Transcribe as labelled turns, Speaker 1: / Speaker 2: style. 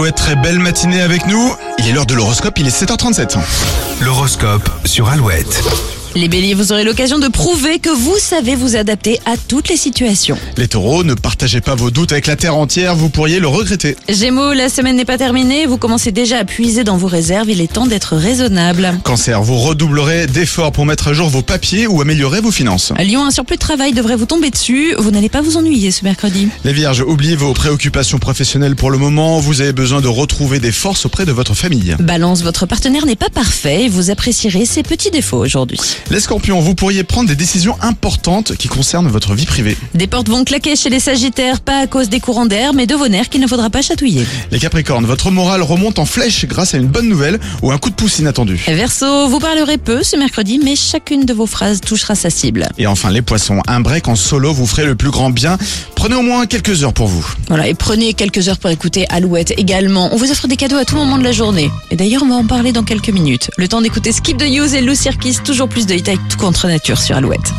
Speaker 1: souhaite très belle matinée avec nous. Il est l'heure de l'horoscope, il est 7h37.
Speaker 2: L'horoscope sur Alouette.
Speaker 3: Les béliers, vous aurez l'occasion de prouver que vous savez vous adapter à toutes les situations.
Speaker 1: Les taureaux, ne partagez pas vos doutes avec la terre entière, vous pourriez le regretter.
Speaker 3: Gémeaux, la semaine n'est pas terminée, vous commencez déjà à puiser dans vos réserves, il est temps d'être raisonnable.
Speaker 1: Cancer, vous redoublerez d'efforts pour mettre à jour vos papiers ou améliorer vos finances.
Speaker 3: Lyon, un surplus de travail devrait vous tomber dessus, vous n'allez pas vous ennuyer ce mercredi.
Speaker 1: Les vierges, oubliez vos préoccupations professionnelles pour le moment, vous avez besoin de retrouver des forces auprès de votre famille.
Speaker 3: Balance, votre partenaire n'est pas parfait et vous apprécierez ses petits défauts aujourd'hui.
Speaker 1: Les scorpions, vous pourriez prendre des décisions importantes qui concernent votre vie privée.
Speaker 3: Des portes vont claquer chez les sagittaires, pas à cause des courants d'air, mais de vos nerfs qu'il ne faudra pas chatouiller.
Speaker 1: Les capricornes, votre morale remonte en flèche grâce à une bonne nouvelle ou un coup de pouce inattendu.
Speaker 3: Verseau, vous parlerez peu ce mercredi, mais chacune de vos phrases touchera sa cible.
Speaker 1: Et enfin les poissons, un break en solo vous ferait le plus grand bien. Prenez au moins quelques heures pour vous.
Speaker 3: Voilà, et prenez quelques heures pour écouter Alouette également. On vous offre des cadeaux à tout moment de la journée. Et d'ailleurs, on va en parler dans quelques minutes. Le temps d'écouter Skip the Use et Lou Circus, toujours plus de hit avec tout contre nature sur Alouette.